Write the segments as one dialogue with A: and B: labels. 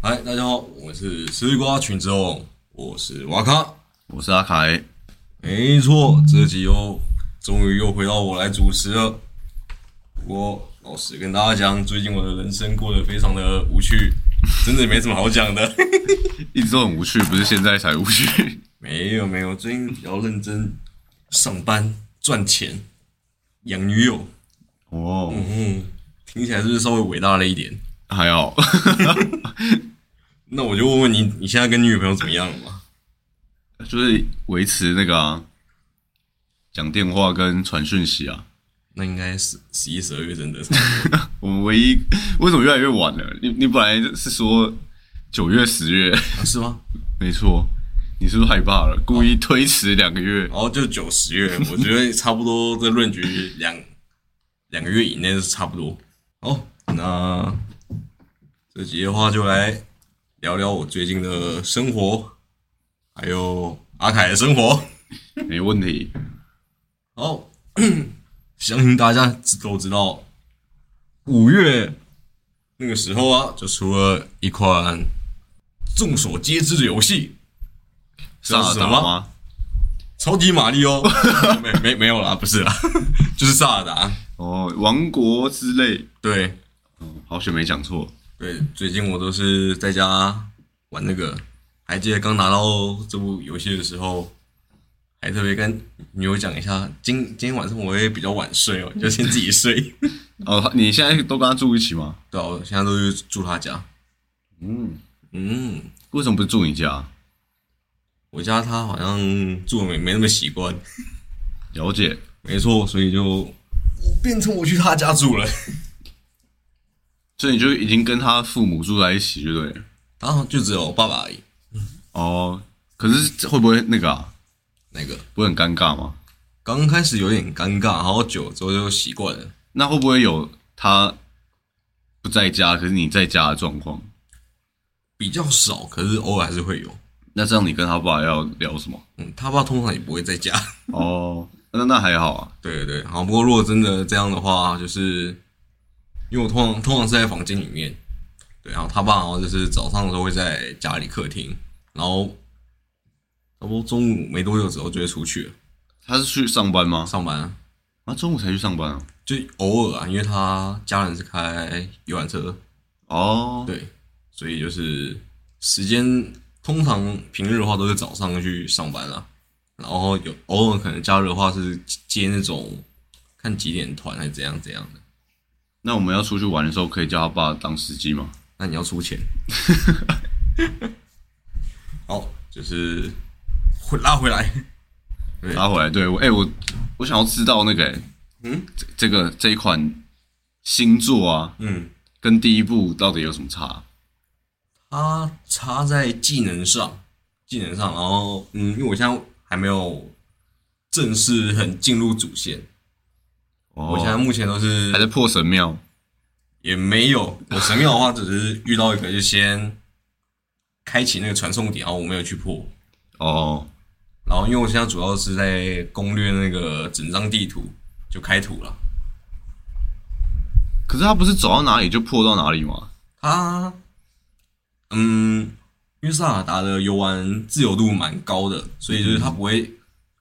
A: 嗨，哎大家好，我们是吃瓜群众，我是瓦卡。
B: 我是阿凯，
A: 没错，这集又终于又回到我来主持了。不过老实跟大家讲，最近我的人生过得非常的无趣， 真的没什么好讲的。
B: 一直都很无趣，不是现在才无趣。
A: 没有没有，最近比较认真上班赚钱养女友，
B: 哦，
A: 嗯，听起来是不是稍微伟大了一点？
B: 还好，
A: 那我就问问你，你现在跟女朋友怎么样了嘛？
B: 就是维持那个啊，讲电话跟传讯息啊。
A: 那应该是十一、十二月真的。啊
B: 我们唯一为什么越来越晚了？你你本来是说九月、十月，
A: 啊是吗？
B: 没错，你是不是害怕了？故意推迟两个月？
A: 然后就九十月，我觉得差不多这论局两两个月以内是差不多。好，那这集的话就来聊聊我最近的生活，还有阿凯的生活。
B: 没问题，
A: 好， 相信大家知都知道，五月那个时候啊，就出了一款众所皆知的游戏，知
B: 萨
A: 道
B: 尔
A: 是什
B: 达
A: 么吗？
B: 吗？
A: 超级马里奥，没没没有啦，不是啦， 就是萨尔达。
B: 哦，王国之泪。
A: 对
B: 嗯，好久没讲错。
A: 对，最近我都是在家玩那个。还记得刚拿到这部游戏的时候，还特别跟女友讲一下，今今天晚上我会比较晚睡哦，就先自己睡。
B: 哦，你现在都跟他住一起吗？
A: 对啊，我现在都是住他家。
B: 嗯，
A: 嗯，
B: 为什么不住你家？
A: 我家他好像住没没那么习惯。
B: 了解，
A: 没错，所以就变成我去他家住了。
B: 所以你就已经跟他父母住在一起，对不对了？
A: 然后就只有我爸爸而已。
B: 哦，可是会不会那个啊？
A: 那个
B: 不会很尴尬吗？
A: 刚开始有点尴尬，然后久了之后就习惯了。
B: 那会不会有他不在家，可是你在家的状况？
A: 比较少，可是偶尔还是会有。
B: 那这样你跟他爸要聊什么？
A: 嗯，他爸通常也不会在家。
B: 哦，那那还好啊。
A: 对对对，好。不过如果真的这样的话，就是因为我通常通常是在房间里面，对，然后他爸然后就是早上的时候会在家里客厅，然后差不多中午没多久之后就会出去了
B: 他是去上班吗？
A: 上班啊，
B: 啊，中午才去上班啊。
A: 就偶尔啊，因为他家人是开游览车，
B: 哦，
A: 对，所以就是时间通常平日的话都是早上去上班啦，然后有偶尔可能假日的话是接那种看几点团还是怎样怎样的。
B: 那我们要出去玩的时候，可以叫他爸当司机吗？
A: 那你要出钱。好，就是回拉回来，对
B: 拉回来，对我，哎、我我想要知道那个、欸，
A: 嗯，
B: 这这个这一款星座啊，
A: 嗯，
B: 跟第一部到底有什么差？
A: 它差在技能上，技能上，然后嗯，因为我现在还没有正式很进入主线，
B: 哦
A: 我现在目前都是
B: 还在破神庙。
A: 也没有，我神庙的话只是遇到一个就先开启那个传送点，然后我没有去破。
B: 哦，
A: 然后因为我现在主要是在攻略那个整张地图，就开图了。
B: 可是他不是走到哪里就破到哪里吗？
A: 它，嗯，因为萨尔达的游玩自由度蛮高的，所以就是它不会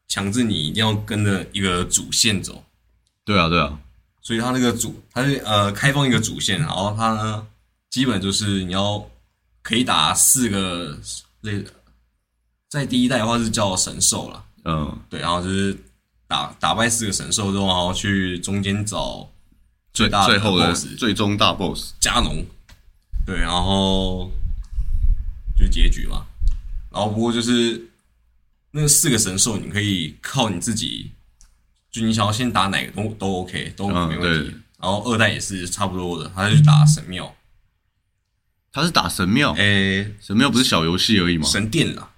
A: 强制你一定要跟着一个主线走。
B: 对啊，对啊，
A: 所以它那个主，它是呃开放一个主线，然后它呢基本就是你要可以打四个类，在第一代的话是叫神兽啦，
B: 嗯，
A: 对，然后就是打打败四个神兽之后，然后去中间找
B: 最
A: 大的
B: 最后的
A: boss
B: 最终大 boss
A: 加农，对，然后就是结局嘛，然后不过就是那四个神兽，你可以靠你自己，就你想要先打哪个都都 OK，都
B: 嗯
A: 没问题。
B: 对
A: 然后二代也是差不多的，他就去打神庙，
B: 他是打神庙，
A: 诶、
B: 神庙不是小游戏而已吗？
A: 哎神殿啦，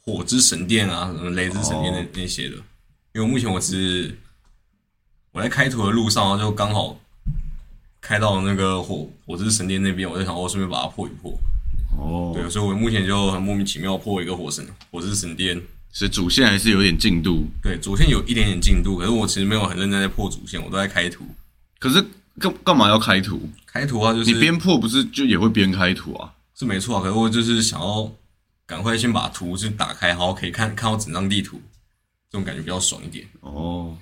A: 火之神殿啊，什么雷之神殿那、
B: 哦
A: 那些的。因为目前我只是我在开图的路上、啊，就刚好开到那个火火之神殿那边，我就想我顺便把它破一破。
B: 哦，
A: 对，所啊以我目前就很莫名其妙破一个火神火之神殿。
B: 是主线还是有点进度，
A: 对，主线有一点点进度，可是我其实没有很认真在破主线，我都在开图。
B: 可是干干嘛要开图？
A: 开图啊，就是
B: 你边破不是就也会边开图啊？
A: 是没错啊。可是我就是想要赶快先把图就打开，然后可以看看到整张地图，这种感觉比较爽一点。
B: 哦，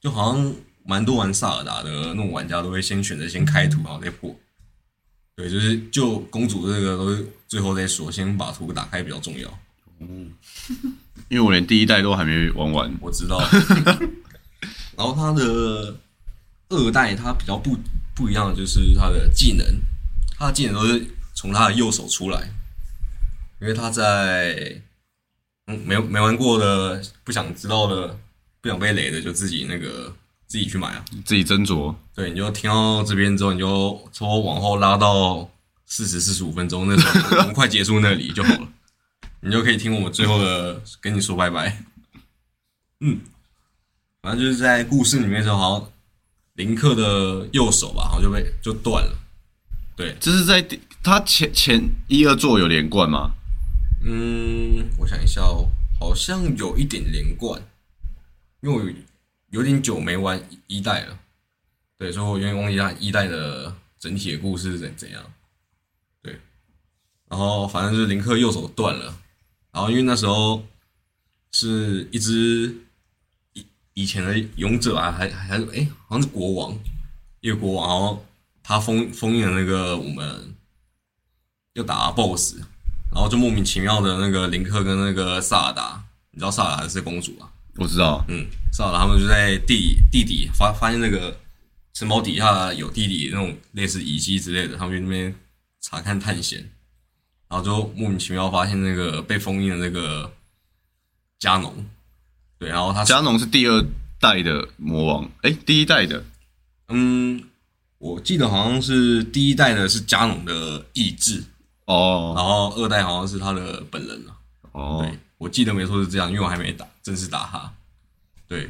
A: 就好像蛮多玩萨尔达的那种玩家都会先选择先开图，然后再破。对，就是就公主这个都是最后再说，先把图打开比较重要。
B: 因为我连第一代都还没玩完，
A: 我知道。 然后它的二代它比较不不一样的就是它的技能，它的技能都是从它的右手出来，因为它在嗯没没玩过的不想知道的不想被雷的就自己那个自己去买啊。
B: 自己斟酌。
A: 对，你就听到这边之后，你就稍微往后拉到四十四十五分钟那时候，我们快结束那里就好了，你就可以听我们最后的跟你说拜拜。嗯，反正就是在故事里面的时候，好像林克的右手吧，好像就被就断了。对，
B: 这是在第他前前一二座有连贯吗？
A: 嗯，我想一下哦，好像有一点连贯，因为我有点久没玩一代了，对，所以我有点忘记它一代的整体的故事是怎怎样。对，然后反正就是林克右手断了，然后因为那时候是一只以以前的勇者啊，还还还是哎、好像是国王，一个国王，然后他封封印了那个我们要打 BOSS，然后就莫名其妙的那个林克跟那个萨尔达，你知道萨尔达是公主啊，
B: 我知道，
A: 嗯，萨尔达他们就在地地底发发现那个城堡底下有地底那种类似遗迹之类的，他们就那边查看探险，然后就莫名其妙发现那个被封印的那个加农，对，然后他
B: 加农是第二代的魔王，哎、第一代的
A: 嗯，我记得好像是第一代的是加农的意志，
B: 哦
A: 然后二代好像是他的本人啊。
B: 哦
A: 对，我记得没错是这样，因为我还没打正式打他。对，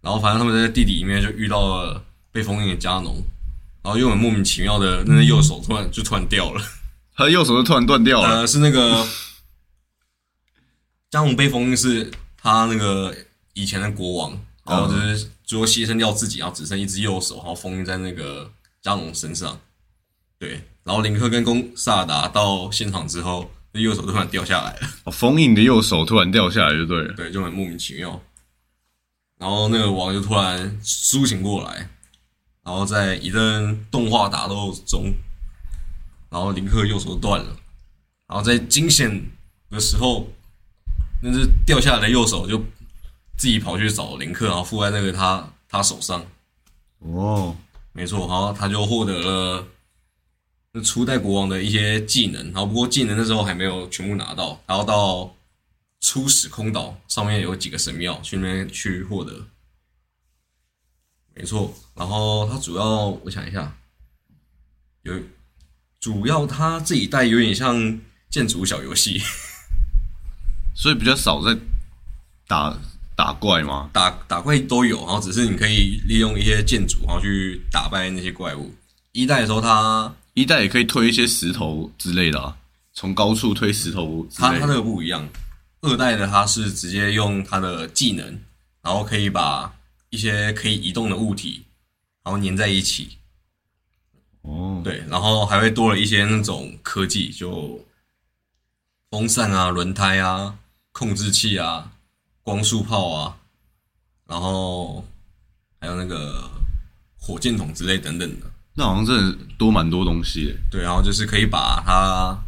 A: 然后反正他们在地底里面就遇到了被封印的加农，然后又很莫名其妙的那只右手突然就突然掉了，
B: 他的右手就突然断掉了，
A: 呃，是那个加农被封印是他那个以前的国王，然后就是最后牺牲掉自己，然后只剩一只右手，然后封印在那个加农身上。对，然后林克跟公萨尔达到现场之后，那右手突然掉下来了。
B: 哦封印的右手突然掉下来就对了，
A: 对，就很莫名其妙。然后那个王就突然苏醒过来，然后在一阵动画打斗中，然后林克右手断了，然后在惊险的时候，那只掉下来的右手就自己跑去找林克，然后附在那个他他手上，
B: 哦，
A: 没错，然后他就获得了那初代国王的一些技能，然后不过技能那时候还没有全部拿到，然后到初始空岛上面有几个神庙去那边去获得，没错。然后它主要我想一下，有主要它这一代有点像建筑小游戏，
B: 所以比较少在打打怪吗？
A: 打打怪都有，然后只是你可以利用一些建筑，然后去打败那些怪物。一代的时候它
B: 一代也可以推一些石头之类的啊，从高处推石头之
A: 它
B: 类
A: 它那个
B: 的。
A: 不一样，二代的它是直接用它的技能，然后可以把一些可以移动的物体，然后粘在一起，
B: 哦，
A: 对，然后还会多了一些那种科技，就风扇啊、轮胎啊、控制器啊、光束炮啊，然后还有那个火箭筒之类等等的，
B: 那好像真的多蛮多东西的。
A: 对，然后就是可以把它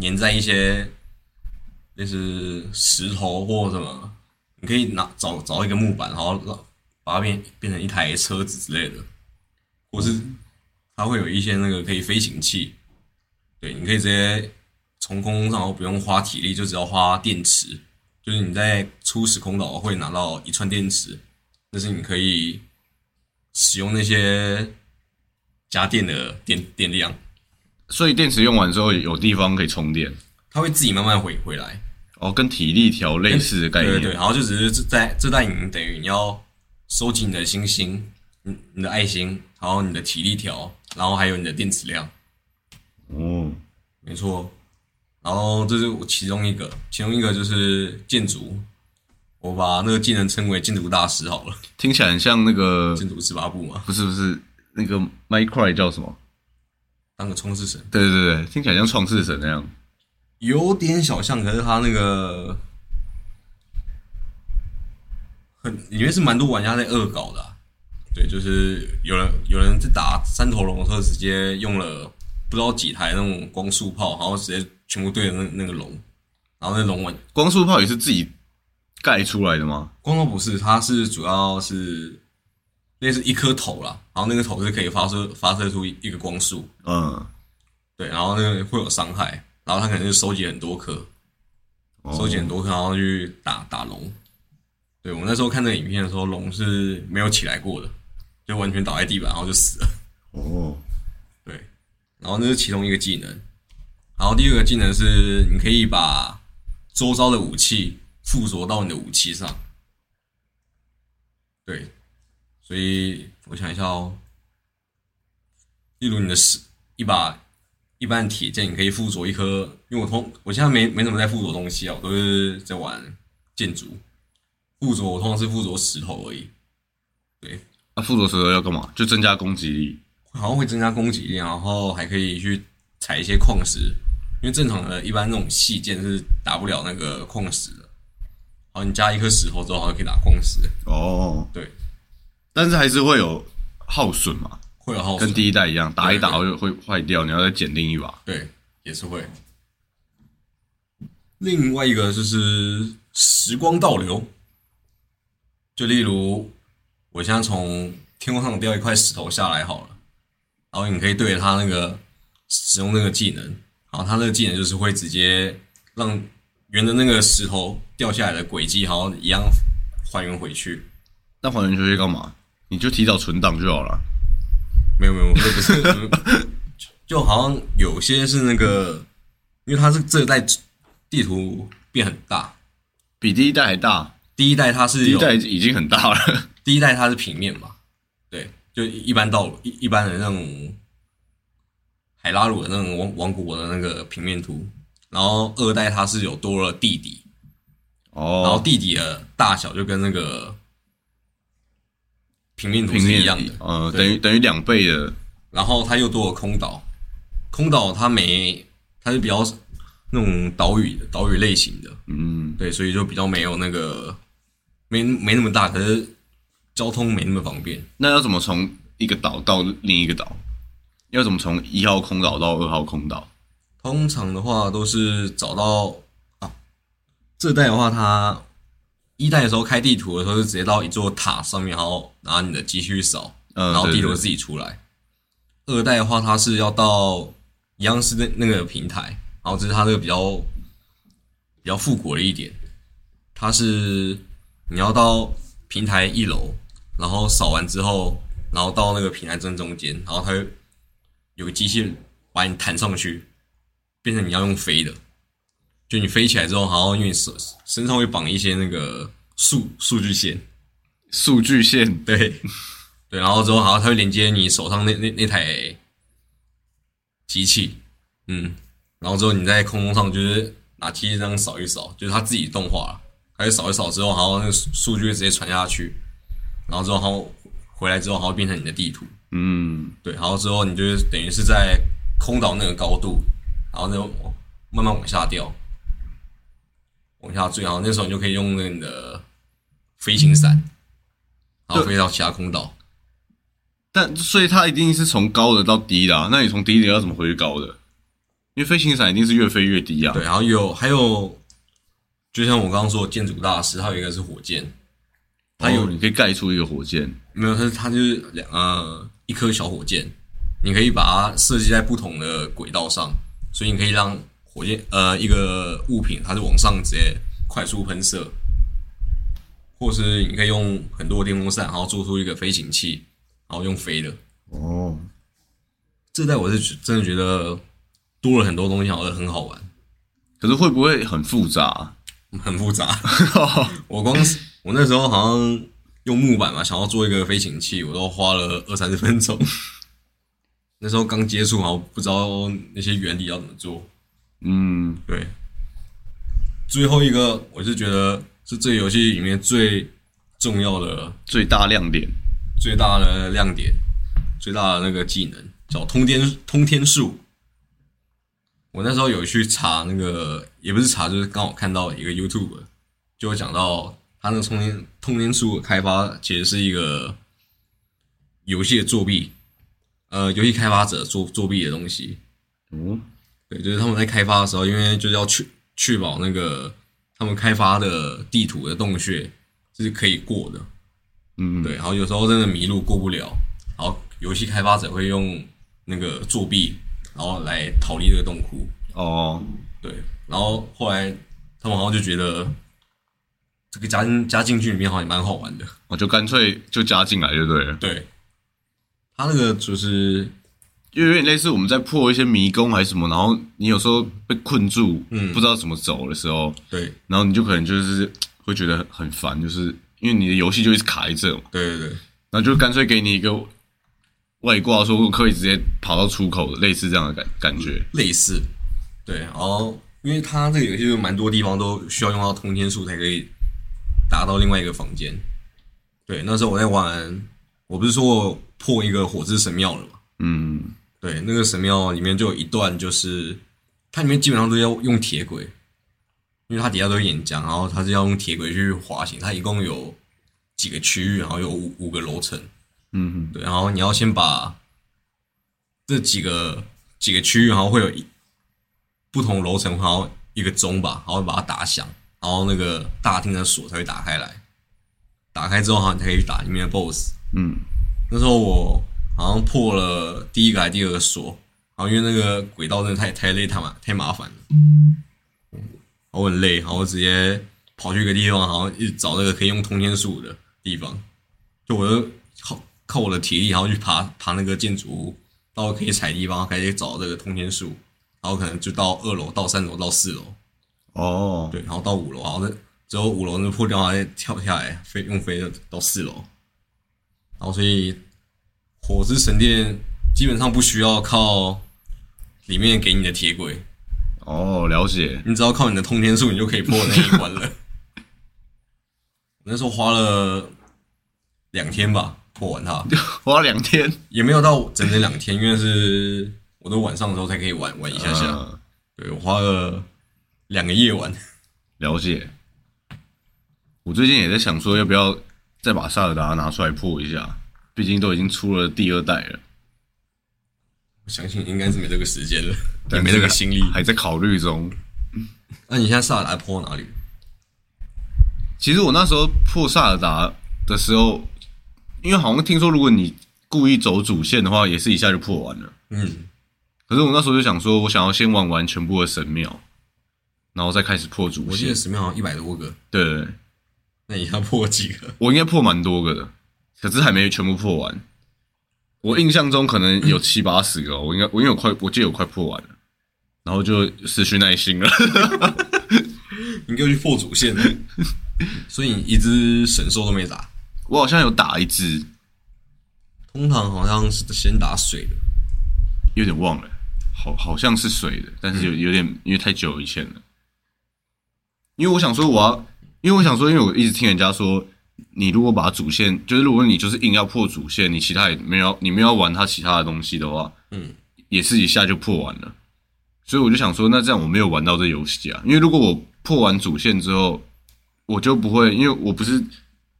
A: 粘在一些类似石头或什么，你可以拿找找一个木板，然后让把它变变成一台车子之类的，或是它会有一些那个可以飞行器，对，你可以直接从空上，然后不用花体力，就只要花电池，就是你在初始空岛会拿到一串电池，但是你可以使用那些家电的电电量。
B: 所以电池用完之后有地方可以充电，
A: 它会自己慢慢回回来。
B: 哦，跟体力条类似的概念。
A: 对对，然后就只是这在这代营等于你要收集你的星星，你你的爱心，然后你的体力条，然后还有你的电池量，
B: 哦，
A: 没错。然后这是我其中一个，其中一个就是建筑，我把那个技能称为建筑大师好了，
B: 听起来很像那个
A: 建筑十八步嘛，
B: 不是不是那个 m y c r y 叫什么？
A: 当个冲刺神。
B: 对对对，听起来像创世神那样。
A: 有点小像，可是它那个很里面是蛮多玩家在恶搞的啊、对，就是有人有人在打三头龙的时候，直接用了不知道几台那种光速炮，然后直接全部对着那那个龙，然后那龙玩
B: 光速炮也是自己盖出来的吗？
A: 光头不是，它是主要是类似一颗头啦，然后那个头是可以发射发射出一个光束，
B: 嗯，
A: 对，然后那个会有伤害，然后它可能就收集很多颗，
B: 哦
A: 收集很多颗，然后去打打龙。对我那时候看那个影片的时候，龙是没有起来过的，就完全倒在地板，然后就死了。
B: 哦，
A: 对，然后那是其中一个技能，然后第二个技能是你可以把周遭的武器附着到你的武器上。对，所以我想一下哦，例如你的石一把一般铁剑，你可以附着一颗，因为我通我现在没没怎么在附着东西啊，我都是在玩建筑，附着我通常是附着石头而已。对，
B: 那附着石头要干嘛？就增加攻击力。
A: 好像会增加攻击力，然后还可以去采一些矿石，因为正常的一般那种细剑是打不了那个矿石的。然后你加一颗石头之后，好像可以打矿石，
B: 哦，
A: 对，
B: 但是还是会有耗损嘛，
A: 会有耗
B: 跟
A: 损，
B: 第一代一样，打一打
A: 对
B: 会会坏掉，你要再捡另一把。
A: 对，也是会。另外一个就是时光倒流，就例如我现在从天空上掉一块石头下来好了，然后你可以对着它那个使用那个技能，然后它那个技能就是会直接让沿着那个石头掉下来的轨迹，然后一样还原回去。
B: 那还原球鞋干嘛？你就提早存档就好了。
A: 没有没有，这不是，不是就好像有些是那个，因为它是这一代地图变很大，
B: 比第一代还大，
A: 第一代它是
B: 第一
A: 有
B: 代已经很大了。
A: 第一代它是平面嘛，对，就一般道路一一般的那种海拉鲁的那种王王国的那个平面图，然后二代它是有多了地底， 然后
B: 哦，
A: 地底的大小就跟那个平面图
B: 平
A: 是
B: 面
A: 一样的，
B: 呃，
A: 对
B: 等于等于两倍的
A: 然后它又多了空岛，空岛它没，它是比较那种岛屿的岛屿类型的，
B: 嗯，
A: 对，所以就比较没有那个没没那么大，可是交通没那么方便。
B: 那要怎么从一个岛到另一个岛？要怎么从一号空岛到二号空岛？
A: 通常的话都是找到啊，这代的话，它一代的时候开地图的时候是直接到一座塔上面，然后拿你的机器去扫，
B: 嗯
A: 然后地
B: 对
A: 图
B: 对
A: 自己出来。二代的话，它是要到一样是那那个平台，然后这是它这个比较比较复古的一点，它是你要到平台一楼，然后扫完之后，然后到那个平台正中间，然后它会有个机器把你弹上去，变成你要用飞的。就你飞起来之后，然后因为你手身上会绑一些那个数数据线，
B: 数据线
A: 对对，然后之后好像它会连接你手上那那那台机器，嗯，然后之后你在空中上就是拿机器这样扫一扫，就是它自己动画了，它就扫一扫之后，然后那个数数据会直接传下去，然后之后然后回来之后，然后变成你的地图，
B: 嗯，
A: 对，然后之后你就是等于是在空岛那个高度，然后那种慢慢往下掉，往下坠，然后那时候你就可以用那个你的飞行伞，然后飞到其他空岛。
B: 但所以它一定是从高的到低的、啊，那你从低的要怎么回去高的？因为飞行伞一定是越飞越低啊。
A: 对，，然后有还有，就像我刚刚说的建筑大师，还有一个是火箭，它
B: 还
A: 有
B: 有你可以盖出一个火箭，
A: 没有，它它就是两呃一颗小火箭，你可以把它设计在不同的轨道上，所以你可以让火箭呃一个物品它是往上直接快速喷射，或是你可以用很多电风扇，然后做出一个飞行器，然后用飞的。
B: 哦，
A: 这代我是觉真的觉得多了很多东西，好像很好玩，
B: 可是会不会很复杂、啊
A: 很复杂。我光是我那时候好像用木板嘛，想要做一个飞行器，我都花了二三十分钟。那时候刚接触，好像不知道那些原理要怎么做。
B: 嗯，
A: 对，最后一个我是觉得是这个游戏里面最重要的、
B: 最大亮点
A: 最大的亮点、最大的那个技能，叫通天通天术。我我那时候有去查那个，也不是查，就是刚好看到一个 YouTube，就有讲到他那个通天通天书的开发其实是一个游戏的作弊，呃，游戏开发者作作弊的东西。哦
B: 嗯，
A: 对，就是他们在开发的时候，因为就是要确确保那个他们开发的地图的洞穴是可以过的，
B: 嗯，
A: 对，然后有时候真的迷路过不了，然后游戏开发者会用那个作弊，然后来逃离这个洞窟，
B: 哦，
A: 对，然后后来他们好像就觉得这个加进加进去里面好像也蛮好玩的，
B: 我哦就干脆就加进来就对了，
A: 对，他那个就是
B: 就有点类似我们在破一些迷宫还是什么，然后你有时候被困住，
A: 嗯
B: 不知道怎么走的时候，
A: 对
B: 然后你就可能就是会觉得很烦，就是因为你的游戏就一直卡在这嘛，
A: 对对对
B: 然后就干脆给你一个外挂，说我可以直接跑到出口的，类似这样的感感觉。
A: 类似，对，然后因为它这个游戏就蛮多地方都需要用到通天术才可以达到另外一个房间。对，那时候我在玩，我不是说我破一个火之神庙了嘛？
B: 嗯，
A: 对，那个神庙里面就有一段，就是它里面基本上都要用铁轨，因为它底下都有岩浆，然后它是要用铁轨去滑行。它一共有几个区域，然后有五五个楼层。
B: 嗯哼，
A: 对，然后你要先把这几个几个区域，然后会有一不同楼层，然后一个钟吧，然后把它打响，然后那个大厅的锁才会打开来。打开之后，哈，你才可以去打里面的 BOSS。
B: 嗯，
A: 那时候我好像破了第一个还是第二个锁，然后因为那个轨道真的太太累太麻太麻烦了，嗯，我很累，然后我直接跑去一个地方，然后一直找那个可以用通天术的地方，就我就靠靠我的体力，然后去爬爬那个建筑物，到可以踩地方，开始找这个通天术，然后可能就到二楼、到三楼、到四楼，
B: 哦，
A: 对，然后到五楼，然后再之后五楼那破掉，然后再跳下来，飞用飞的到四楼。然后所以火之神殿基本上不需要靠里面给你的铁轨，
B: 哦，了解。
A: 你只要靠你的通天术，你就可以破那一关了。 我那时候花了两天吧破完它，
B: 花了两天，
A: 也没有到整整两天，因为是我都晚上的时候才可以玩玩一下下。
B: 嗯
A: 对我花了两个夜晚，
B: 了解。我最近也在想说，要不要再把萨尔达拿出来破一下，毕竟都已经出了第二代了，
A: 我相信应该是没这个时间了，也
B: 但
A: 没这个心力。
B: 还在考虑中。
A: 那、你现在萨达坡哪里？
B: 其实我那时候破萨尔达的时候，因为好像听说，如果你故意走主线的话，也是一下就破完了。
A: 嗯，
B: 可是我那时候就想说，我想要先玩完全部的神庙，然后再开始破主
A: 我记
B: 线
A: 得。十秒好像一百多个，
B: 对对，对
A: 那你要破几个？
B: 我应该破蛮多个的，可是还没全部破完。我印象中可能有七八十个哦、我应该我因为我快我记得我快破完了，然后就失去耐心了。
A: 你给我去破主线 呢？所以你一只神兽都没打，
B: 我好像有打一只，
A: 通常好像是先打水的。
B: 有点忘了，好好像是水的，但是有有点因为太久以前了。因为我想说我要，因为我想说，因为我一直听人家说，你如果把主线，就是如果你就是硬要破主线，你其他也没有，你没有玩它其他的东西的话，
A: 嗯，
B: 也是一下就破完了。所以我就想说，那这样我没有玩到这游戏啊，因为如果我破完主线之后，我就不会，因为我不是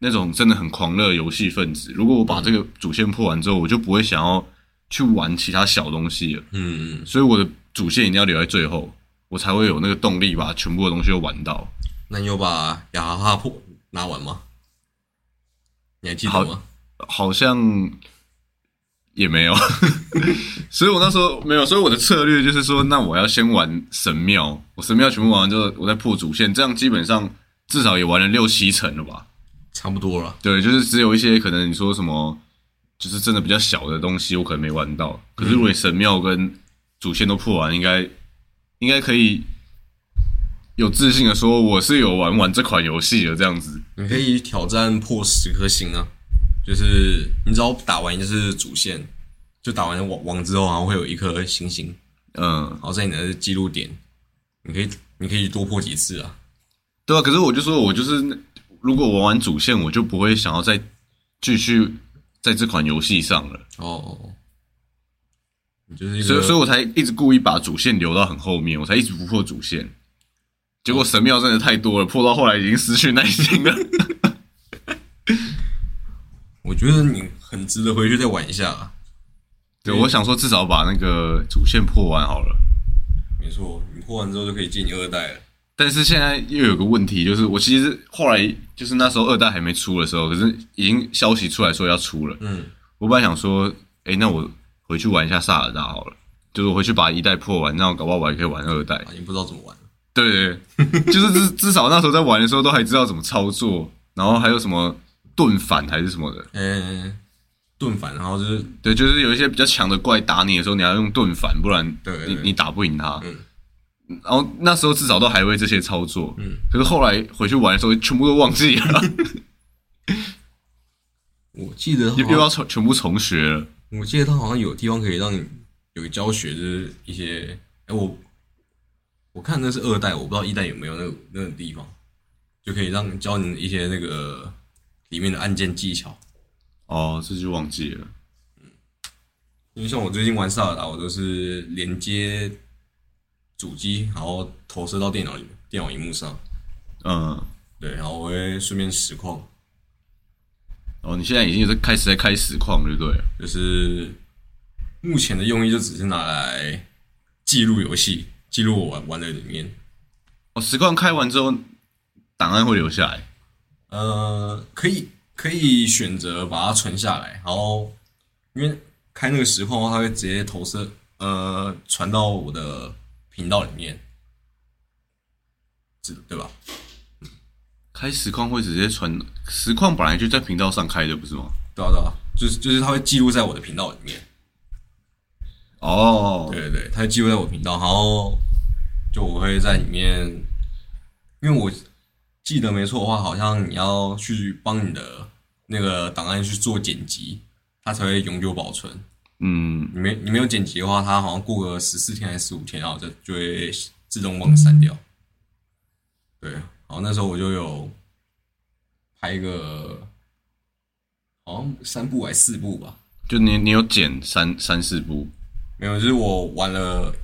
B: 那种真的很狂热的游戏分子。如果我把这个主线破完之后，我就不会想要去玩其他小东西了。
A: 嗯，
B: 所以我的主线一定要留在最后，我才会有那个动力把全部的东西都玩到。
A: 那你有把雅哈哈破拿完吗？你还记得吗？
B: 好像也没有， 所以我那时候没有，所以我的策略就是说，那我要先玩神庙，我神庙全部玩完之后，我再破主线，这样基本上至少也玩了六七成了吧。
A: 差不多了。
B: 对，就是只有一些可能你说什么，就是真的比较小的东西，我可能没玩到。可是如果你神庙跟主线都破完，应该应该可以有自信的说我是有玩完这款游戏的这样子。
A: 你可以挑战破十颗星啊，就是你只要打完就是主线，就打完王王之后，然啊后会有一颗星星，
B: 嗯，
A: 然后在你的记录点，你可以你可以多破几次啊。
B: 对啊。可是我就说我就是那，如果玩完主线，我就不会想要再继续在这款游戏上了。
A: 哦，你就是一
B: 所以，
A: 个，
B: 所以我才一直故意把主线留到很后面，我才一直不破主线。结果神庙真的太多了，破到后来已经失去耐心了。
A: 我觉得你很值得回去再玩一下啊。
B: 对，我想说至少把那个主线破完好了。
A: 没错，你破完之后就可以进你二代了。
B: 但是现在又有个问题，就是我其实后来就是那时候二代还没出的时候，可是已经消息出来说要出了。
A: 嗯，
B: 我本来想说，哎、那我回去玩一下萨尔达好了，就是我回去把一代破完，那我搞不好我还可以玩二代。
A: 啊，已经不知道怎么玩了。
B: 对对对，就是至 至少那时候在玩的时候都还知道怎么操作，然后还有什么盾反还是什么的，
A: 嗯、盾反，然后就是
B: 对，就是有一些比较强的怪打你的时候，你要用盾反，不然
A: 对对
B: 你
A: 对
B: 你打不赢他。
A: 嗯
B: 然后那时候至少都还会这些操作，
A: 嗯
B: 可是后来回去玩的时候全部都忘 记了，
A: 我记得好
B: 又又
A: 像
B: 要重全部重学了。
A: 我记得它好像有地方可以让你有个教学，就是一些，哎、我我看那是二代，我不知道一代有没有那个那种地方，就可以让教你一些那个里面的按键技巧。
B: 哦，这就忘记了。
A: 因为像我最近玩萨尔达，我都是连接主机，然后投射到电脑里面，电脑荧幕上，
B: 嗯，
A: 对，然后我会顺便实况，
B: 哦，你现在已经在开始在开实况了，对不对了？
A: 就是目前的用意就只是拿来记录游戏，记录我玩玩的里面。
B: 哦，实况开完之后，档案会留下来。
A: 呃，可以可以选择把它存下来，然后因为开那个实况的话，它会直接投射呃传到我的频道里面，是对吧？
B: 开实况会直接传，实况本来就在频道上开的，不是吗？
A: 对啊对啊，就是就是它会记录在我的频道里面，
B: 哦，
A: 对对对，它会记录在我频道，然后就我会在里面，因为我记得没错的话，好像你要去帮你的那个档案去做剪辑，它才会永久保存。
B: 嗯，
A: 你没你没有剪辑的话，它好像过个十四天还是十五天，然后就就会自动帮你删掉。对，然后那时候我就有拍一个，好像三部还是四部吧，
B: 就你你有剪三三四部，
A: 没有，就是我玩了，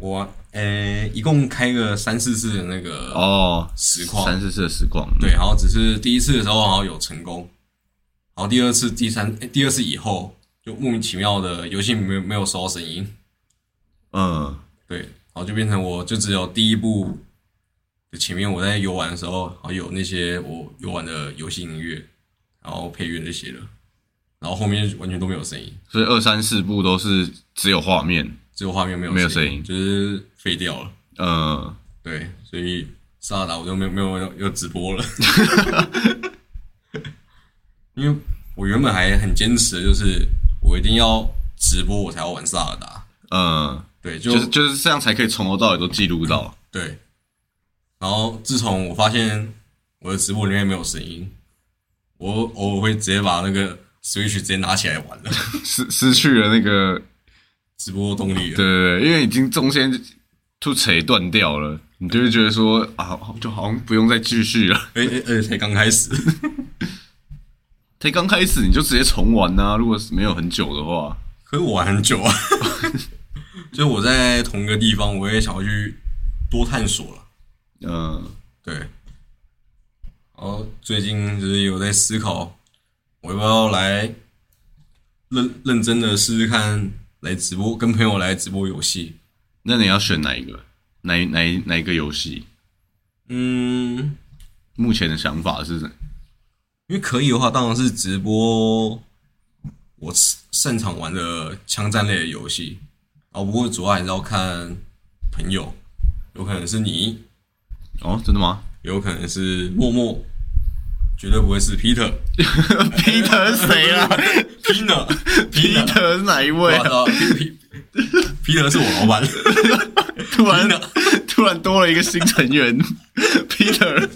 A: 我玩呃、一共开个三四次的那个，
B: 哦，
A: 实况
B: 三四次的实况，
A: 对，然后只是第一次的时候好像有成功，然后第二次、第三、诶第二次以后就莫名其妙的游戏没有没有收到声音。
B: 嗯，
A: 对，然后就变成我就只有第一部的前面我在游玩的时候，然后有那些我游玩的游戏音乐，然后配乐那些的，然后后面完全都没有声音，
B: 所以二三四部都是只有画面，
A: 只有画面没有
B: 没有
A: 声
B: 声音
A: 就是废掉了。
B: 呃，
A: 对，所以萨尔达我就没有没有没有又直播了， 因为我原本还很坚持的就是我一定要直播我才要玩萨尔达，
B: 呃，
A: 对，就
B: 就是就是这样才可以从头到尾都记录到，
A: 对。然后自从我发现我的直播里面没有声音，我我会直接把那个 Switch 直接拿起来玩了，
B: 失失去了那个，
A: 直播动力了。
B: 对对对，因为已经中间就扯断掉了，你就会觉得说啊，就好像不用再继续了。
A: 而且而且才刚开始，
B: 才刚开始你就直接重玩呐、如果是没有很久的话，
A: 可是我玩很久啊， 就是我在同一个地方，我也想要去多探索了。
B: 嗯、
A: 对，然后最近就是有在思考，我要不要来认认真的试试看，来直播跟朋友来直播游戏。
B: 那你要选哪一个？哪一哪一哪一个游戏？
A: 嗯，
B: 目前的想法是，
A: 因为可以的话，当然是直播我擅长玩的枪战类的游戏啊。不过主要还是要看朋友，有可能是你，
B: 哦，真的吗
A: 有可能是默默，绝对不会是 Peter。
B: ？Peter 是谁啊
A: Peter，Peter，
B: ？Peter 是哪一位
A: 我
B: 啊？
A: 操，P P Peter 是我老板。
B: 突然
A: Peter
B: 突然多了一个新成 员，Peter。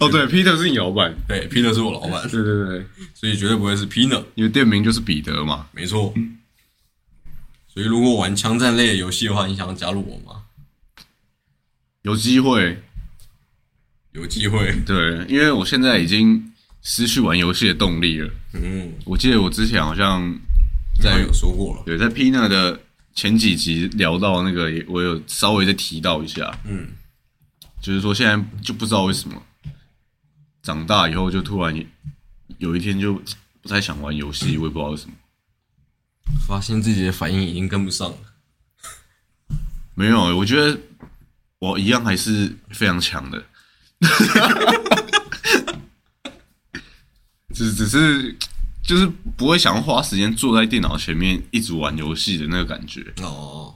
B: 哦，对，Peter 是你老板。
A: 对，Peter 是我老板，
B: 对对对，
A: 所以绝对不会是 Peter。
B: 你的店名就是彼得嘛？
A: 没错。所以如果玩枪战类的游戏的话，你想要加入我吗？
B: 有机会，
A: 有机会。
B: 对，因为我现在已经失去玩游戏的动力了。
A: 嗯，
B: 我记得我之前好像
A: 刚
B: 在
A: 刚有说过了，
B: 对，在 Pina 的前几集聊到那个，也我有稍微再提到一下，
A: 嗯，
B: 就是说现在就不知道为什么长大以后就突然也有一天就不太想玩游戏，我也不知道为什么。
A: 发现自己的反应已经跟不上了。
B: 没有，我觉得我一样还是非常强的， 只只是就是不会想要花时间坐在电脑前面一直玩游戏的那个感觉。
A: 哦，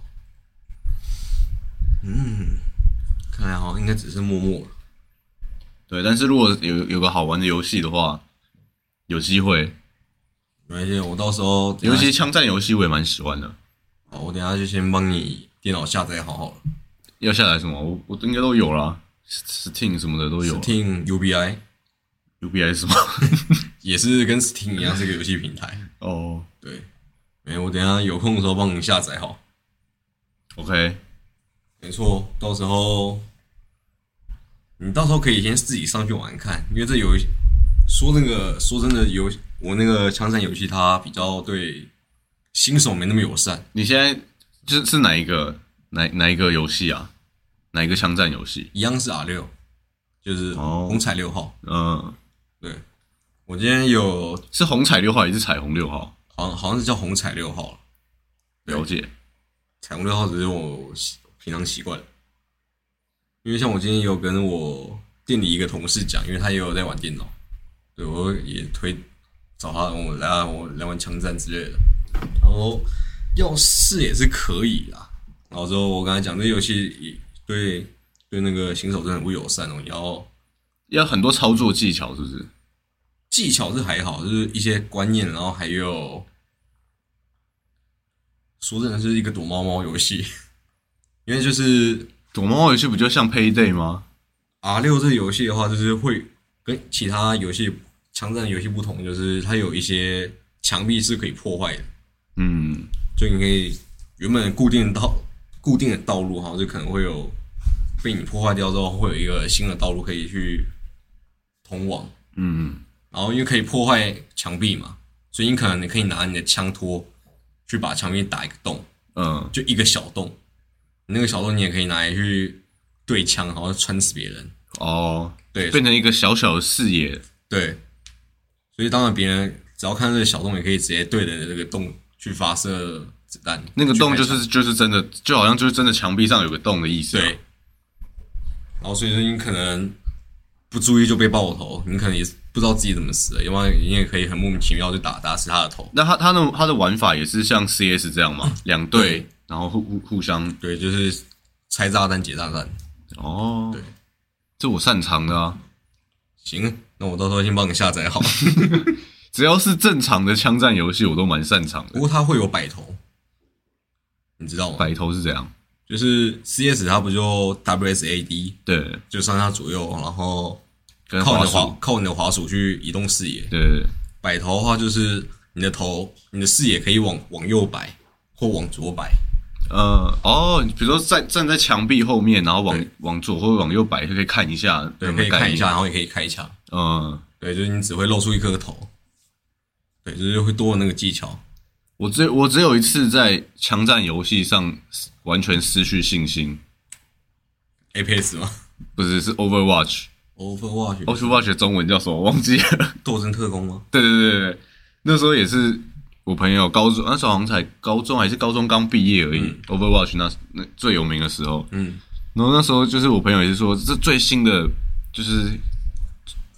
A: 嗯，看来好像应该只是默默了。
B: 对，但是如果有有个好玩的游戏的话，有机会，
A: 没关系，我到时候等
B: 尤
A: 一下
B: 其枪战游戏我也蛮喜欢的。
A: 好，我等一下就先帮你电脑下载好好了
B: 要下载什么？我我应该都有啦，Steam 什么的都有。啊
A: ，Steam UBI
B: UBI 什么？
A: 也是跟 Steam 一样是个游戏平台。
B: 哦、
A: 对，没，我等一下有空的时候帮你下载好。
B: o k
A: 没错，到时候你到时候可以先自己上去玩看，因为这游戏说那个说真的游我那个枪战游戏它比较对新手没那么友善。
B: 你现在就是是哪一个哪哪一个游戏啊？哪一个枪战游戏？
A: 一样是 R 六，就是
B: 哦
A: 红彩六号。
B: 嗯、
A: 对，我今天有
B: 是红彩六号还是彩虹六号？
A: 好像好像是叫红彩六号了，对
B: 了解。
A: 彩虹六号只是我习平常习惯的。因为像我今天有跟我店里一个同事讲，因为他也有在玩电脑，对我也推找他，我们来啊我们来玩枪战之类的。然后要试也是可以啦。然后之后我刚才讲这游戏也对对那个新手真的很不友善哦，你要
B: 要很多操作技巧，是不是？
A: 技巧是还好，就是一些观念，然后还有说真的是一个躲猫猫游戏，因为就是
B: 躲猫猫游戏不就像 Payday 吗？
A: R 六这个游戏的话，就是会跟其他游戏枪战游戏不同，就是它有一些墙壁是可以破坏的，
B: 嗯，
A: 就你可以原本固定的道固定的道路哈，就可能会有被你破坏掉之后，会有一个新的道路可以去通往。
B: 嗯，
A: 然后因为可以破坏墙壁嘛，所以你可能你可以拿你的枪托去把墙壁打一个洞，
B: 嗯，
A: 就一个小洞。你那个小洞你也可以拿来去对枪，然后穿死别人。
B: 哦，
A: 对
B: 变成一个小小的视野，
A: 对，所以当然别人只要看到这个小洞，也可以直接对着这个洞去发射子弹。
B: 那个洞就
A: 去开枪
B: 是就是真的，就好像就是真的墙壁上有个洞的意思、啊
A: 对，，然后所以说你可能不注意就被爆头，你可能也不知道自己怎么死的，要不然你也可以很莫名其妙就打打死他的头。
B: 那他他的他的玩法也是像 CS 这样
A: 嗯
B: 嘛， 两队然后互互互相
A: 对，就是拆炸弹解炸弹。
B: 哦，
A: 对，
B: 这我擅长的啊，
A: 行，那我到时候先帮你下载好。
B: 只要是正常的枪战游戏，我都蛮擅长
A: 不
B: 的。
A: 过它会有摆头，你知道吗？
B: 白头是怎样？
A: 就是 CS 它不就 WSAD
B: 对，
A: 就上下左右，然后
B: 跟
A: 靠
B: 滑
A: 你的滑
B: 鼠，
A: 靠你的滑鼠去移动视野。
B: 对，
A: 摆头的话就是你的头，你的视野可以往往右摆或往左摆。
B: 呃，哦，比如说站站在墙壁后面，然后往
A: 对
B: 往左或往右摆，就可以看一下，
A: 对，
B: 有
A: 可
B: 没
A: 以
B: 有概
A: 看一
B: 念
A: 下，，然后也可以开枪。
B: 嗯。
A: 对，就是你只会露出一颗头。对，就是会多了那个技巧。
B: 我只我只有一次在枪战游戏上完全失去信心，
A: APS 吗
B: 不是是 Overwatch。
A: ？Overwatch
B: Overwatch 的中文叫什么？我忘记了。
A: 斗争特工吗？
B: 对对对对，对那时候也是我朋友高中，那时候好像才高中还是高中刚毕业而已。Overwatch 那那最有名的时候，
A: 嗯，
B: 然后那时候就是我朋友也是说，这最新的就是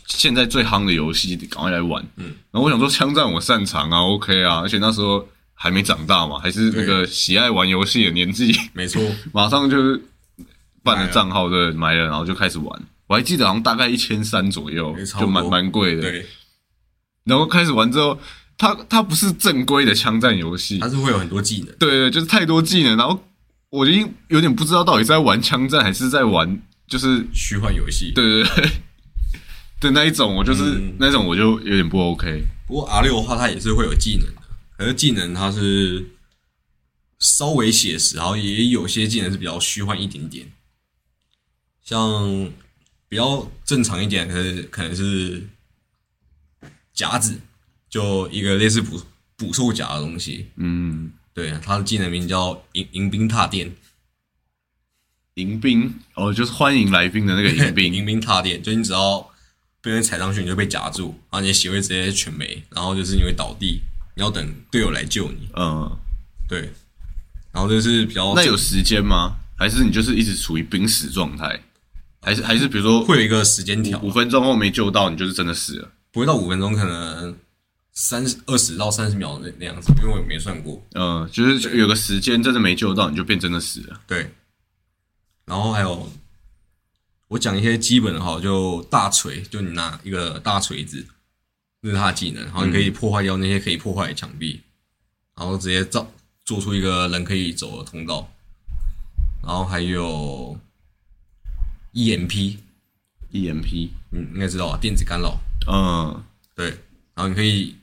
B: 现在最夯的游戏，赶快来玩。嗯，然后我想说枪战我擅长啊，OK 啊，而且那时候还没长大嘛，还是那个喜爱玩游戏的年纪。
A: 没错，
B: 马上就是办了账号，对，买了，然后就开始玩。我还记得好像大概一千三左右
A: 哎没，差不
B: 就
A: 多
B: 蛮蛮贵的。
A: 对，
B: 然后开始玩之后，它它不是正规的枪战游戏
A: 它，是会有很多技能。
B: 对对，就是太多技能，然后我已经有点不知道到底是在玩枪战还是在玩，就是
A: 虚幻游戏。
B: 对对对 的那一种，我就是、
A: 嗯
B: 那一种我就有点不 OK。
A: 不过 R 六的话，它也是会有技能的，可是技能它是稍微写实，然后也有些技能是比较虚幻一点点，像比较正常一点，可是可能是夹子，就一个类似普捕兽夹的东西。
B: 嗯，
A: 对，他的技能名叫迎迎宾踏电，
B: 迎宾哦，就是欢迎来宾的那个迎 宾。
A: 迎宾踏电，就你只要被人踩上去，你就被夹住，然后你的血会直接全没，然后就是你会倒地，你要等队友来救你。
B: 嗯，
A: 哦对，然后就是比较
B: 那有时间吗？还是你就是一直处于濒死状态？还是还是比如说
A: 会有一个时间条
B: 五，五分钟后没救到，你就是真的死了？
A: 不会到五分钟，可能三十二十到三十秒那那样子，因为我也没算过。
B: 嗯，就是有个时间真的没救到，你就变真的死了。
A: 对，然后还有我讲一些基本的哈，就大锤，就你拿一个大锤子，这是他的技能，然后你可以破坏掉那些可以破坏的墙壁，然后直接造做出一个人可以走的通道，然后还有 E EMP，
B: EMP，
A: 你应该知道啊，电子干扰，
B: E 嗯，
A: 对，然后你可以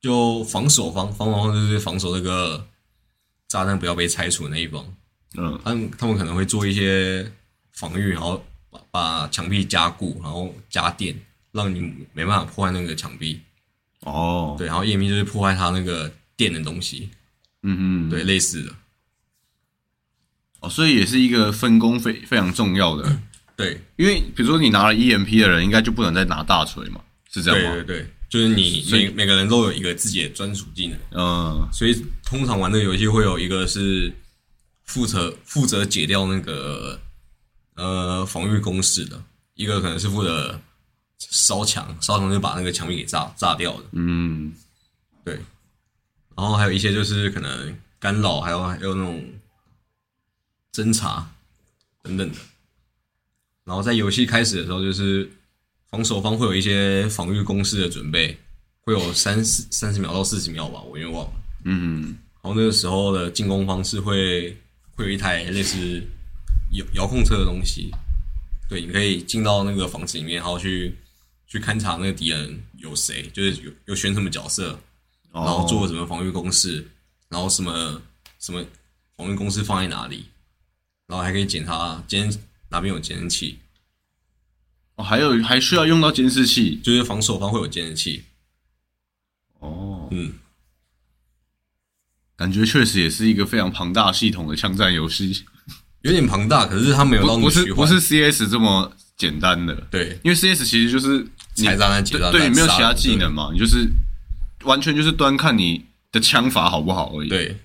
A: 就防守方，防守方就是防守那个炸弹不要被拆除的那一方。
B: 嗯，
A: 他们他们可能会做一些防御，然后把把墙壁加固，然后加电，让你没办法破坏那个墙壁。
B: 哦，
A: 对，然后夜明就是破坏它那个电的东西，
B: 嗯嗯，
A: 对，类似的。
B: 哦，所以也是一个分工非非常重要的，
A: 对，
B: 因为比如说你拿了 EMP 的人，应该就不能再拿大锤嘛，是这
A: 对
B: 样
A: 对
B: 吗？
A: 对，就是你
B: 所以
A: 每每个人都有一个自己的专属技能，
B: 嗯，
A: 所以通常玩这个游戏会有一个是负责负责解掉那个呃防御工事的，一个可能是负责烧墙，烧墙就把那个墙壁给炸炸掉的。
B: 嗯，
A: 对，然后还有一些就是可能干扰，还有还有那种侦查等等的。然后在游戏开始的时候，就是防守方会有一些防御攻势的准备，会有三四三十秒到四十秒吧，我有点忘了。
B: 嗯，
A: 然后那个时候的进攻方式会会有一台类似遥遥控车的东西，对，你可以进到那个房子里面，然后去去勘察那个敌人有谁，就是有有选什么角色，
B: 然
A: 然后做什么防御公式，然后什么什么防御公式放在哪里，然后还可以检查今天哪边有监视器，
B: 哦，还有还需要用到监视器
A: 就是防守方会有监视器，
B: 哦，
A: 嗯，
B: 感觉确实也是一个非常庞大系统的枪战游戏，
A: 有点庞大，可是它没有到
B: 不
A: 那
B: 不
A: 么
B: 是
A: 虚
B: 不
A: 幻，
B: 是 CS 这么简单的，
A: 对，
B: 因为 CS 其实就是你
A: 踩炸弹、解炸弹，
B: 对，没有其
A: 杀
B: 他
A: 人
B: 技，能嘛，你就是完全就是端看你的枪法好不好而已，，
A: 对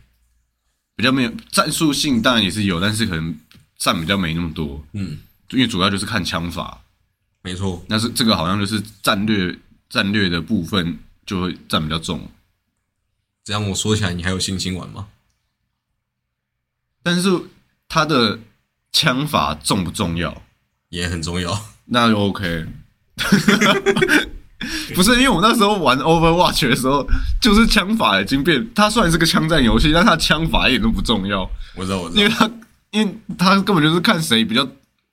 B: 比较没有战术性，当然也是有，但是可能占比较没那么多，
A: 嗯，
B: 因为主要就是看枪法，
A: 没错，
B: 那是这个好像就是战略战略的部分就会占比较重，
A: 这样我说起来，你还有信心玩吗？
B: 但是它的枪法重不重要？
A: 也很重要，
B: 那就 OK。不是因为我那时候玩 Overwatch 的时候，就是枪法已经变，它虽然是个枪战游戏，但它枪法一点都不重要，
A: 我知道，我知
B: 因为
A: 道，
B: 它因为它根本就是看谁比较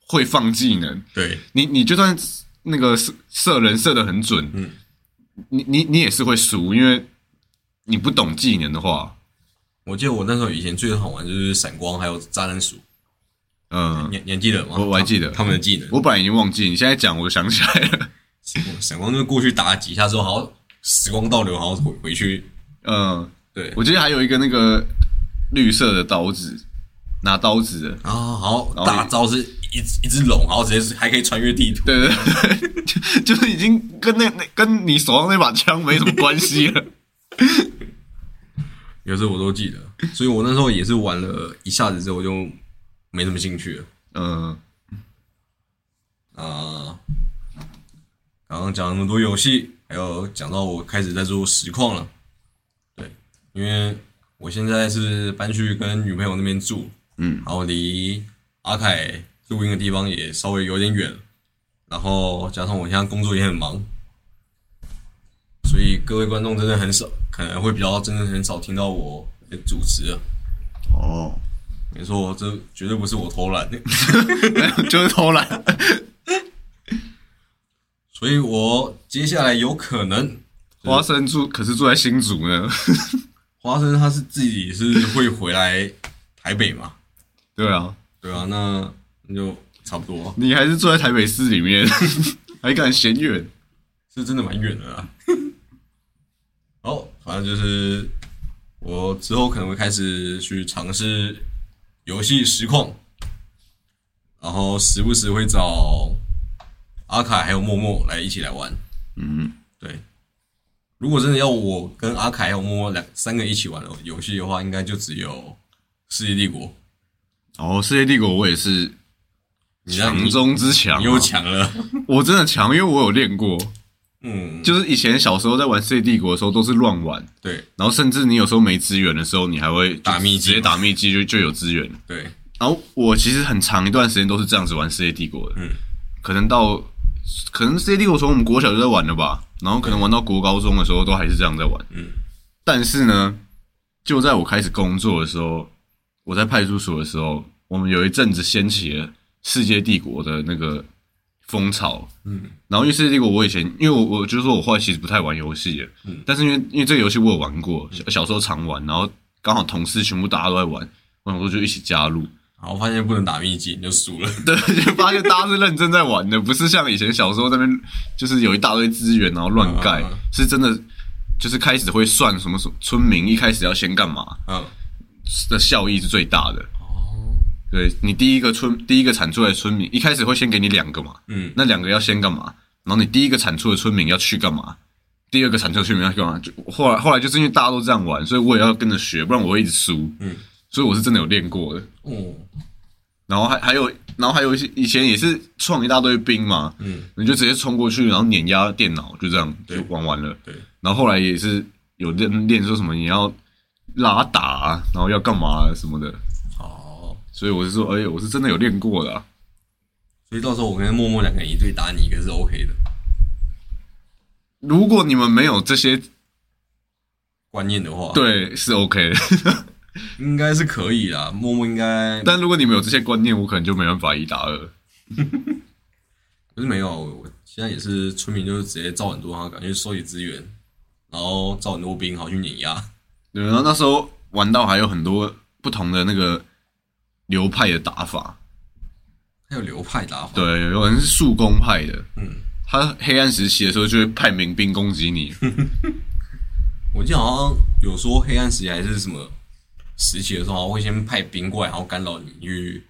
B: 会放技能。
A: 对
B: 你你就算那个射射人射的很准，
A: 嗯
B: 你你你也是会输，因为你不懂技能的话，
A: 我记得我那时候以前最好玩就是闪光还有炸弹鼠，
B: 嗯，
A: 你你还记得吗？
B: 我我还记得嗯
A: 他们的技能，
B: 我本来已经忘记，你现在讲我想起来了，
A: 闪光就过去打几下之后，好像时光倒流，然后回回去。
B: 嗯，
A: 对，
B: 我记得还有一个那个绿色的刀子，拿刀子的，
A: 然后啊好
B: 然后
A: 大招是一一只龙，然后直接是还可以穿越地图。
B: 对对对， 就就是已经跟那那跟你手上那把枪没什么关系了。
A: 有时候我都记得，所以我那时候也是玩了一下子之后就没什么兴趣了。
B: 嗯，
A: 啊、刚刚讲了那么多游戏，还有讲到我开始在做实况了。对，因为我现在是搬去跟女朋友那边住，
B: 嗯，
A: 然后离阿凯录音的地方也稍微有点远，然后加上我现在工作也很忙，所以各位观众真的很少，可能会比较真的很少听到我的主持了。
B: 哦，
A: 没错，这绝对不是我偷懒 的。
B: 就是偷懒。
A: 所以我接下来有可能
B: 花生住可是住在新竹呢，
A: 花生他是自己是会回来台北嘛？
B: 对啊，
A: 对啊，那那就差不多，
B: 你还是住在台北市里面， 还敢嫌远？
A: 是真的蛮远的啦。好，反反正就是我之后可能会开始去尝试游戏实况，然后时不时会找阿凯还有默默来一起来玩。
B: 嗯，
A: 对，如果真的要我跟阿凯还有默默两三个一起玩游戏的话，应该就只有《世界帝国》，
B: 哦，世界帝国我也是
A: 你让
B: 强中之强、啊
A: 你又，强了。
B: 我真的强，因为我有练过。
A: 嗯，
B: 就是以前小时候在玩世界帝国的时候都是乱玩，
A: 对
B: 然后甚至你有时候没资源的时候，你还会就
A: 打秘籍
B: 直接打秘籍就就有资源。
A: 对，
B: 然后我其实很长一段时间都是这样子玩世界帝国的，
A: 嗯
B: 可能到可能世界帝国从我们国小就在玩了吧，然后可能玩到国高中的时候都还是这样在玩。
A: 嗯，
B: 但是呢，就在我开始工作的时候，我在派出所的时候，我们有一阵子掀起了世界帝国的那个风潮。
A: 嗯，
B: 然后因为世界帝国，我以前因为我我就是说我后来其实不太玩游戏了，
A: 嗯
B: 但是因为因为这个游戏我有玩过，小小时候常玩，然后刚好同事全部大家都在玩，我想说就一起加入，
A: 然后发现不能打秘籍，你就输了。
B: 对，就发现大家是认真在玩的，不是像以前小时候在那边就是有一大堆资源然后乱盖
A: 嗯嗯嗯，
B: 是真的就是开始会算什么什么村民一开始要先干嘛
A: 嗯，
B: 的效益是最大的。
A: 哦，
B: 对你第一个村第一个产出的村民，一开始会先给你两个嘛，
A: 嗯，
B: 那两个要先干嘛？然后你第一个产出的村民要去干嘛？第二个产出的村民要去干嘛？就后来后来就是因为大家都这样玩，所以我也要跟着学，不然我会一直输。
A: 嗯，
B: 所以我是真的有练过的。
A: 哦，
B: 然后还还有，然后还有一些以前也是创一大堆兵嘛，
A: 嗯，
B: 你就直接冲过去，然后碾压电脑，就这样
A: 对
B: 就玩完了。
A: 对，
B: 然后后来也是有练练说什么你要拉打啊，然后要干嘛啊什么的，
A: 哦，
B: 所以我是说，哎、我是真的有练过的啊、
A: 所以到时候我跟默默两个人一对打你，一个是 OK 的
B: 如果你们没有这些，
A: 观念的话，，
B: 对，是 OK 的。
A: 应该是可以啦。默默应该，
B: 但如果你们有这些观念，我可能就没办法一打二。
A: 可是没有，我现在也是村民，就是直接造很多，然后赶去收集资源，然后造很多兵，好去碾压。
B: 对，然后那时候玩到还有很多不同的那个流派的打法，
A: 还有流派打法，，
B: 对，有人是速攻派的，
A: 嗯，
B: 他黑暗时期的时候就会派民兵攻击你，
A: 我记得好像有说黑暗时期还是什么时期的时候，好像会先派兵过来，然后干扰你去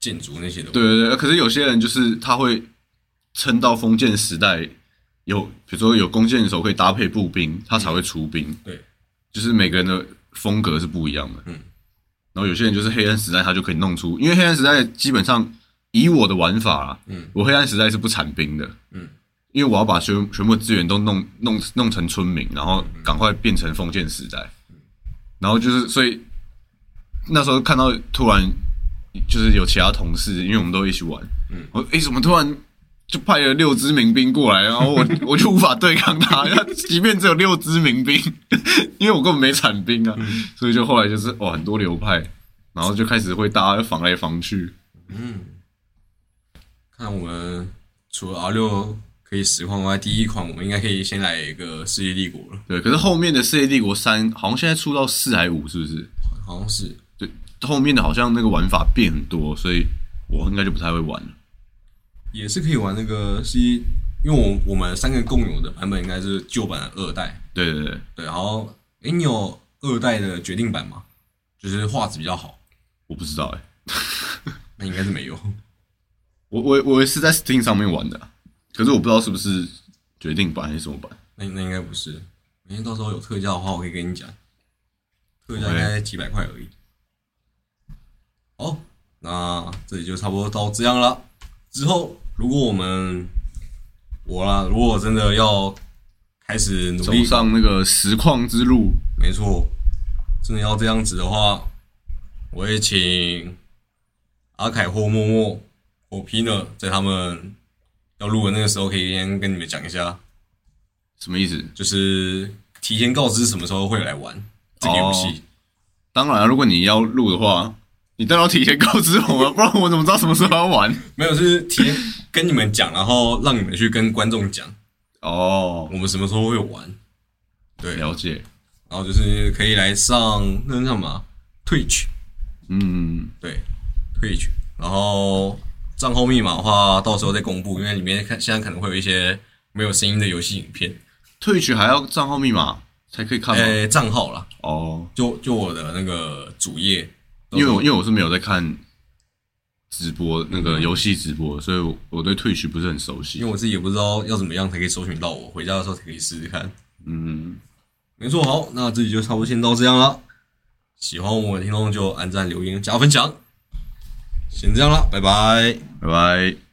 A: 建筑那些的。
B: 对，对呃对。可是有些人就是他会撑到封建时代，有比如说有弓箭手可以搭配步兵，他才会出兵。
A: 嗯对，
B: 就是每个人的风格是不一样的。
A: 嗯，
B: 然后有些人就是黑暗时代，他就可以弄出，因为黑暗时代基本上以我的玩法、啊，
A: 嗯，
B: 我黑暗时代是不产兵的，
A: 嗯，
B: 因为我要把全全部资源都弄弄弄成村民，然后
A: 嗯
B: 赶快变成封建时代，然后就是所以那时候看到突然就是有其他同事，因为我们都一起玩，
A: 嗯，
B: 我说诶、怎么突然？就派了六支民兵过来，然后我 我就无法对抗他，他即便只有六支民兵， 因为我根本没产兵啊，所以就后来就是哇很多流派，然后就开始会大家防来防去，
A: 嗯，看我们除了 R 六可以实况外，第一款我们应该可以先来一个世界帝国了，
B: 对，可是后面的《世界帝国三》好像现在出到四还五，是不是？
A: 好像是。
B: 对，后面的好像那个玩法变很多，所以我应该就不太会玩了。
A: 也是可以玩那个是，因为我我们三个共有的版本应该是旧版的二代，
B: 对对对，
A: 对，然后诶、你有二代的决定版吗？就是画质比较好，
B: 我不知道哎、
A: 那应该是没有。
B: 我我我是在 Steam 上面玩的啊，可是我不知道是不是决定版还是什么版。
A: 那那应该不是，明天到时候有特价的话，我可以跟你讲，特价应该几百块而已。好，那这里就差不多到这样了。之后如果我们我啦，如果真的要开始努
B: 走
A: 力，
B: 上那个实况之路，
A: 没错，真的要这样子的话，我也请阿凯或默默或 Pina 在他们要录的那个时候，可以先跟你们讲一下。
B: 什么意思？
A: 就是提前告知什么时候会来玩
B: 哦
A: 这个游戏。
B: 当然啊、如果你要录的话，你当然要提前告知我啊，不然我怎么知道什么时候要玩？
A: 没有，就是提前跟你们讲，然后让你们去跟观众讲
B: 哦，
A: 我们什么时候会玩。对，然
B: 了解。
A: 后就是可以来上那叫什么啊 Twitch，
B: 嗯，
A: 对 Twitch，然后账号密码的话，到时候再公布，因为里面看现在可能会有一些没有声音的游戏影片。
B: 退取还要账号密码，才可以看吗？
A: 呃，账号啦，
B: 哦，
A: 就就我的那个主页，都
B: 因
A: 是
B: 为我因为我是没有在看直播那个游戏直播，所以我我对退 w 不是很熟
A: 因
B: 悉。
A: 为我自己也不知道要怎么样才可以搜寻到我，回家的时候才可以试试看。
B: 嗯，
A: 没错，好，那这集就差不多先到这样了。喜欢我们的听众就按赞、留言、加分享。先这样了，拜拜。
B: 拜拜。